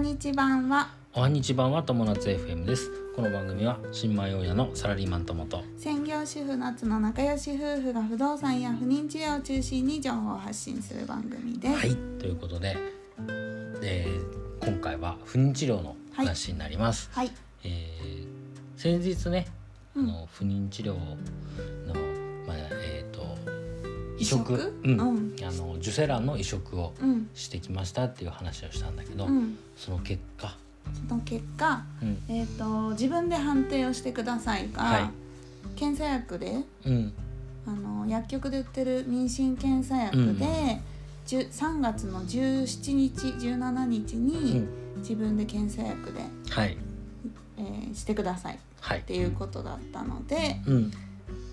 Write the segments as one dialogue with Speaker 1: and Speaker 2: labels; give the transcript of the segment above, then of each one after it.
Speaker 1: にち版は
Speaker 2: おはにちばんは友達 FM ですこの番組は新米大家のサラリーマン友と
Speaker 1: 専業主婦夏の仲良し夫婦が不動産や不妊治療を中心に情報を発信する番組です。
Speaker 2: はいということで、えー今回は不妊治療の話になります、
Speaker 1: はい、
Speaker 2: えー先日ね、
Speaker 1: うん
Speaker 2: あの不妊治療のまあえっ、と移
Speaker 1: 移
Speaker 2: 植
Speaker 1: 植
Speaker 2: うん
Speaker 1: うん
Speaker 2: あの受精卵の移植を
Speaker 1: うん、
Speaker 2: してきましたっていう話をしたんだけど、
Speaker 1: うん、
Speaker 2: その結果、
Speaker 1: その結果、
Speaker 2: うん
Speaker 1: えっ、と自分で判定をしてくださいが、
Speaker 2: はい
Speaker 1: 検査薬で
Speaker 2: うん、
Speaker 1: あの薬局で売ってる妊娠検査薬で、十3月の17日17日に、自分で検査薬で、
Speaker 2: はい
Speaker 1: えーしてくださいっ
Speaker 2: はいって
Speaker 1: いうことだったので
Speaker 2: うん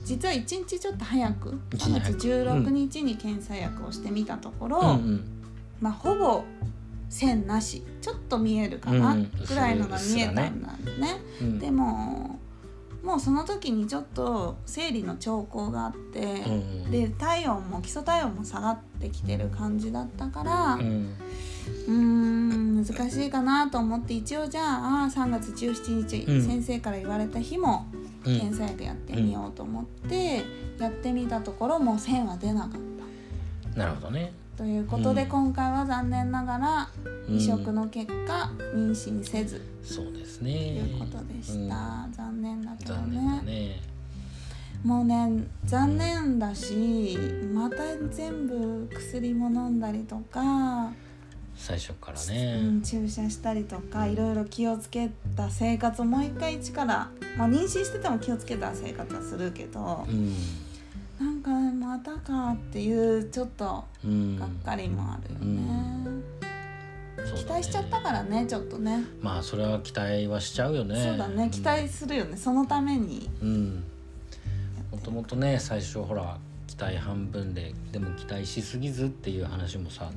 Speaker 1: 実は1日ちょっと早く
Speaker 2: 一日
Speaker 1: 3
Speaker 2: 早く
Speaker 1: 月16日に検査薬をしてみたところ、
Speaker 2: うんうん
Speaker 1: まあ、ほぼ線なしちょっと見えるかな
Speaker 2: うんうん
Speaker 1: ぐらいのが見えたんだね。
Speaker 2: うん
Speaker 1: でももうその時にちょっと生理の兆候があって、
Speaker 2: うん
Speaker 1: で体温も基礎体温も下がってきてる感じだったから、
Speaker 2: うん
Speaker 1: うーん難しいかなと思って一応じゃあ3月17日、
Speaker 2: うん
Speaker 1: 先生から言われた日も
Speaker 2: うん
Speaker 1: 検査薬やってみようと思ってやってみたところもう線は出なかった。
Speaker 2: なるほどね
Speaker 1: ということで
Speaker 2: うん
Speaker 1: 今回は残念ながら
Speaker 2: うん
Speaker 1: 移植の結果妊娠せず
Speaker 2: そうです
Speaker 1: と
Speaker 2: ね
Speaker 1: いうことでした、残念だ
Speaker 2: うん
Speaker 1: けど
Speaker 2: 残念
Speaker 1: ね
Speaker 2: だね
Speaker 1: もうね残念だしまた全部薬も飲んだりとか、
Speaker 2: 最初から
Speaker 1: う
Speaker 2: ね
Speaker 1: ん、注射したりとか
Speaker 2: うん
Speaker 1: いろいろ気をつけた生活をもう一回一から、まあ、妊娠してても気をつけた生活はするけど
Speaker 2: うん
Speaker 1: なんかまたかっていうちょっと
Speaker 2: うん
Speaker 1: がっかりもあるよね、
Speaker 2: そうだね
Speaker 1: 期待しちゃったからねちょっとね
Speaker 2: まあそれは期待はしちゃうよね
Speaker 1: そうだね期待するよねそのために
Speaker 2: うんもともとね最初ほら期待半分ででも期待しすぎずっていう話もさ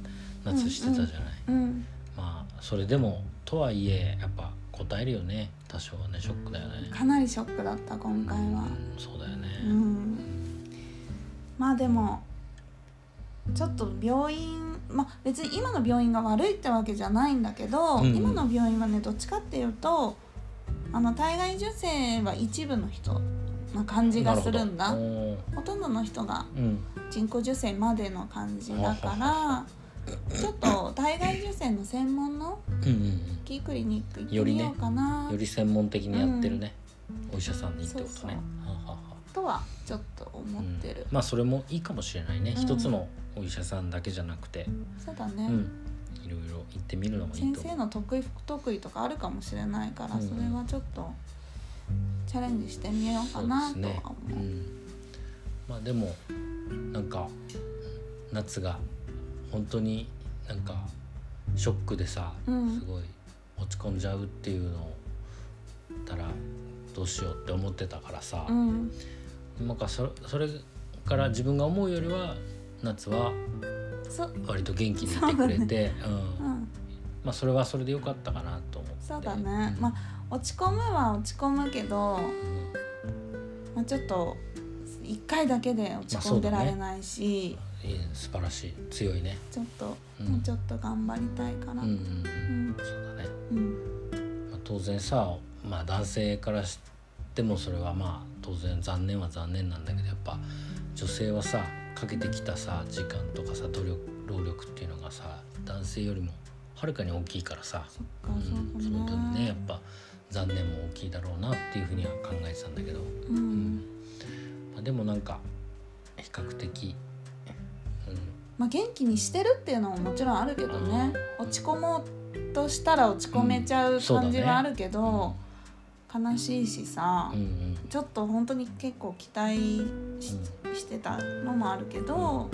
Speaker 2: 夏してたじゃない、
Speaker 1: うん
Speaker 2: まあそれでもとはいえやっぱ答えるよね多少はねショックだよね
Speaker 1: かなりショックだった今回は
Speaker 2: うんそうだよね、
Speaker 1: うんまあでもちょっと病院まあ別に今の病院が悪いってわけじゃないんだけど、
Speaker 2: うんうん
Speaker 1: 今の病院はねどっちかっていうとあの体外受精は一部の人な感じがするんだ
Speaker 2: なほどおー
Speaker 1: ほとんどの人が
Speaker 2: うん
Speaker 1: 人工受精までの感じだからちょっと体外受精の専門の
Speaker 2: うんうん
Speaker 1: キークリニック行ってみようかな
Speaker 2: うんより専門的にやってるね、お医者さんにってことね
Speaker 1: そう
Speaker 2: はあはあはあ
Speaker 1: とはちょっと思
Speaker 2: う
Speaker 1: っ
Speaker 2: ん
Speaker 1: てる、
Speaker 2: まあそれもいいかもしれないね、
Speaker 1: うん
Speaker 2: 一つのお医者さんだけじゃなくて、
Speaker 1: そうだ
Speaker 2: う
Speaker 1: ね、
Speaker 2: んいろいろ行ってみるのもいい
Speaker 1: 先
Speaker 2: と思
Speaker 1: 生
Speaker 2: う
Speaker 1: の得意不得意とかあるかもしれないから、
Speaker 2: うん
Speaker 1: それはちょっとチャレンジしてみようかなとは思う
Speaker 2: そうですねうん、まあでもなんか夏が本当になんかショックでさ、
Speaker 1: うん
Speaker 2: すごい落ち込んじゃうっていうのをたらどうしようって思ってたからさ、
Speaker 1: うん
Speaker 2: なんかそそれから自分が思うよりは夏は
Speaker 1: そう
Speaker 2: 割と元気にいてくれてう、
Speaker 1: うんん、
Speaker 2: まあ、それはそれでよかったかなと思って
Speaker 1: そうだね、まあ落ち込むは落ち込むけど、
Speaker 2: うん
Speaker 1: まあ、ちょっと1回だけで落ち込んでられないし、
Speaker 2: いい素晴らしい強いね
Speaker 1: ちょっと、
Speaker 2: うん
Speaker 1: もうちょっと頑張りたいか
Speaker 2: う
Speaker 1: ら、
Speaker 2: んうん
Speaker 1: う
Speaker 2: うん
Speaker 1: ん
Speaker 2: そうだね、
Speaker 1: うん
Speaker 2: まあ、当然さ、まあ、男性からしてもそれはまあ当然残念は残念なんだけどやっぱ女性はさかけてきたさ時間とかさ努力労力っていうのがさ男性よりもはるかに大きいからさ
Speaker 1: そっか、
Speaker 2: うん、そ
Speaker 1: そう
Speaker 2: の
Speaker 1: か
Speaker 2: 分
Speaker 1: も
Speaker 2: ねや
Speaker 1: ね
Speaker 2: っぱ残念も大きいだろうなっていうふうには考えてたんだけど、
Speaker 1: う
Speaker 2: うんまあ、でもなんか比較的、
Speaker 1: まあ、元気にしてるっていうのももちろんあるけどね落ち込もうとしたら落ち込めちゃう感じはあるけ
Speaker 2: うん
Speaker 1: ど、悲しいしさ、
Speaker 2: うんうん
Speaker 1: ちょっと本当に結構期待し,、してたのもあるけど、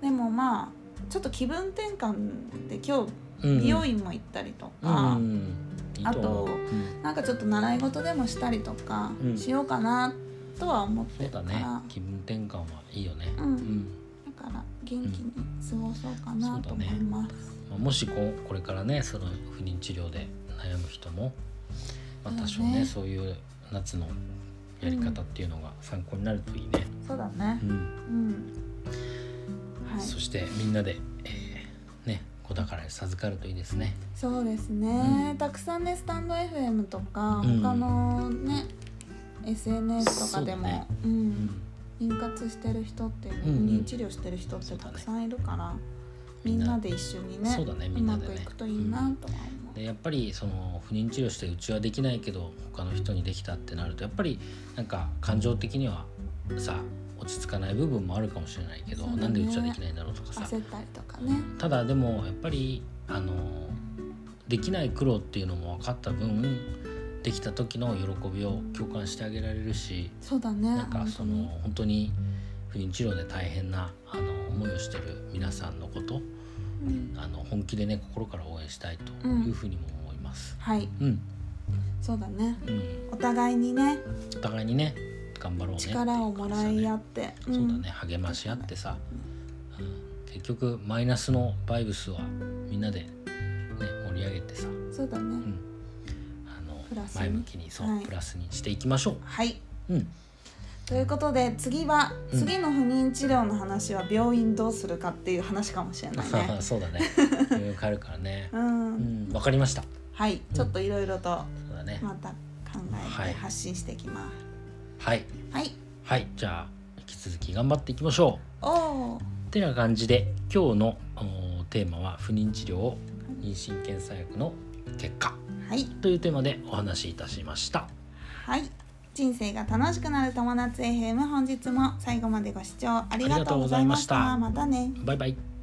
Speaker 1: でもまあちょっと気分転換で今
Speaker 2: うんうん、
Speaker 1: 日美容院も行ったりと
Speaker 2: うん
Speaker 1: か、
Speaker 2: うんうん、いい
Speaker 1: あ
Speaker 2: 思
Speaker 1: と
Speaker 2: ううん
Speaker 1: なんかちょっと習い事でもしたりとか
Speaker 2: うん
Speaker 1: しようかなとは思って
Speaker 2: そう
Speaker 1: るか
Speaker 2: だ
Speaker 1: ら、
Speaker 2: ね気分転換はいいよね、
Speaker 1: うんだから元気に過ごそうかなと思います。
Speaker 2: まあ、もしこうこれからねその不妊治療で悩む人も、まあ、多少ね,、
Speaker 1: うんね
Speaker 2: そういう夏のやり方っていうのが参考になるといいね、
Speaker 1: そうだね。
Speaker 2: うん
Speaker 1: うん。はい。
Speaker 2: そしてみんなで、えーね子宝に授かるといいですね。
Speaker 1: そうですね、
Speaker 2: うん
Speaker 1: たくさんねスタンド FM とか
Speaker 2: うん
Speaker 1: 他のね、SNS とかでもう、
Speaker 2: そうだね
Speaker 1: ん
Speaker 2: うん、
Speaker 1: 妊活してる人って、ね
Speaker 2: うんうん
Speaker 1: 不妊治療してる人ってたくさんいるから、みんなで一緒にね
Speaker 2: そうだね
Speaker 1: う
Speaker 2: みんな
Speaker 1: ま
Speaker 2: で
Speaker 1: くい
Speaker 2: ね
Speaker 1: く。といいなとは思う、
Speaker 2: でやっぱりその不妊治療してうちはできないけど他の人にできたってなるとやっぱりなんか感情的にはさ落ち着かない部分もあるかもしれないけど、
Speaker 1: そうだね
Speaker 2: なんでうちはできないんだろうとかさ
Speaker 1: 焦ったりとかね
Speaker 2: ただでもやっぱりあのできない苦労っていうのも分かった分できた時の喜びを共感してあげられるし
Speaker 1: そうだね
Speaker 2: なんかその
Speaker 1: 本
Speaker 2: 本当に不妊治療で大変なあの思いをしてる皆さんのこと
Speaker 1: 当にうん
Speaker 2: あの本気でね心から応援したいというふうにも思います。
Speaker 1: はい
Speaker 2: うん、
Speaker 1: そうだね
Speaker 2: うん
Speaker 1: お互いにね
Speaker 2: お互いにね頑張ろうね
Speaker 1: 力をもらい合
Speaker 2: っ
Speaker 1: って、
Speaker 2: ていう感じだねそうだね励まし合ってさ、うん、結局マイナスのバイブスはみんなで、ね、盛り上げてさ、
Speaker 1: うんそうだね、
Speaker 2: うん、あの
Speaker 1: プラスに
Speaker 2: 前向きにそう、
Speaker 1: はい
Speaker 2: プラスにしていきましょ
Speaker 1: はい。
Speaker 2: う、うん、
Speaker 1: ということで次は
Speaker 2: うん。
Speaker 1: 次の不妊治療の話は病院どうするかっていう話かもしれないね
Speaker 2: そうだね余裕変わるから ね
Speaker 1: う、
Speaker 2: うんんわかりました
Speaker 1: はい、ちょっといろいろと
Speaker 2: そうだね
Speaker 1: また考
Speaker 2: は
Speaker 1: え
Speaker 2: い
Speaker 1: て発信していきま
Speaker 2: はい
Speaker 1: す。はい、
Speaker 2: はいじゃあ引き続き頑張っていきましょう
Speaker 1: おお、
Speaker 2: てな感じで今日のおテーマは不妊治療妊娠検査薬の結果
Speaker 1: はい、
Speaker 2: というテーマでお話しいたしました。
Speaker 1: はい。人生が楽しくなる友達 FM 本日も最後までご視聴ありがとうございました。
Speaker 2: ありがとうござ
Speaker 1: また
Speaker 2: いました
Speaker 1: ね。
Speaker 2: バイバイ。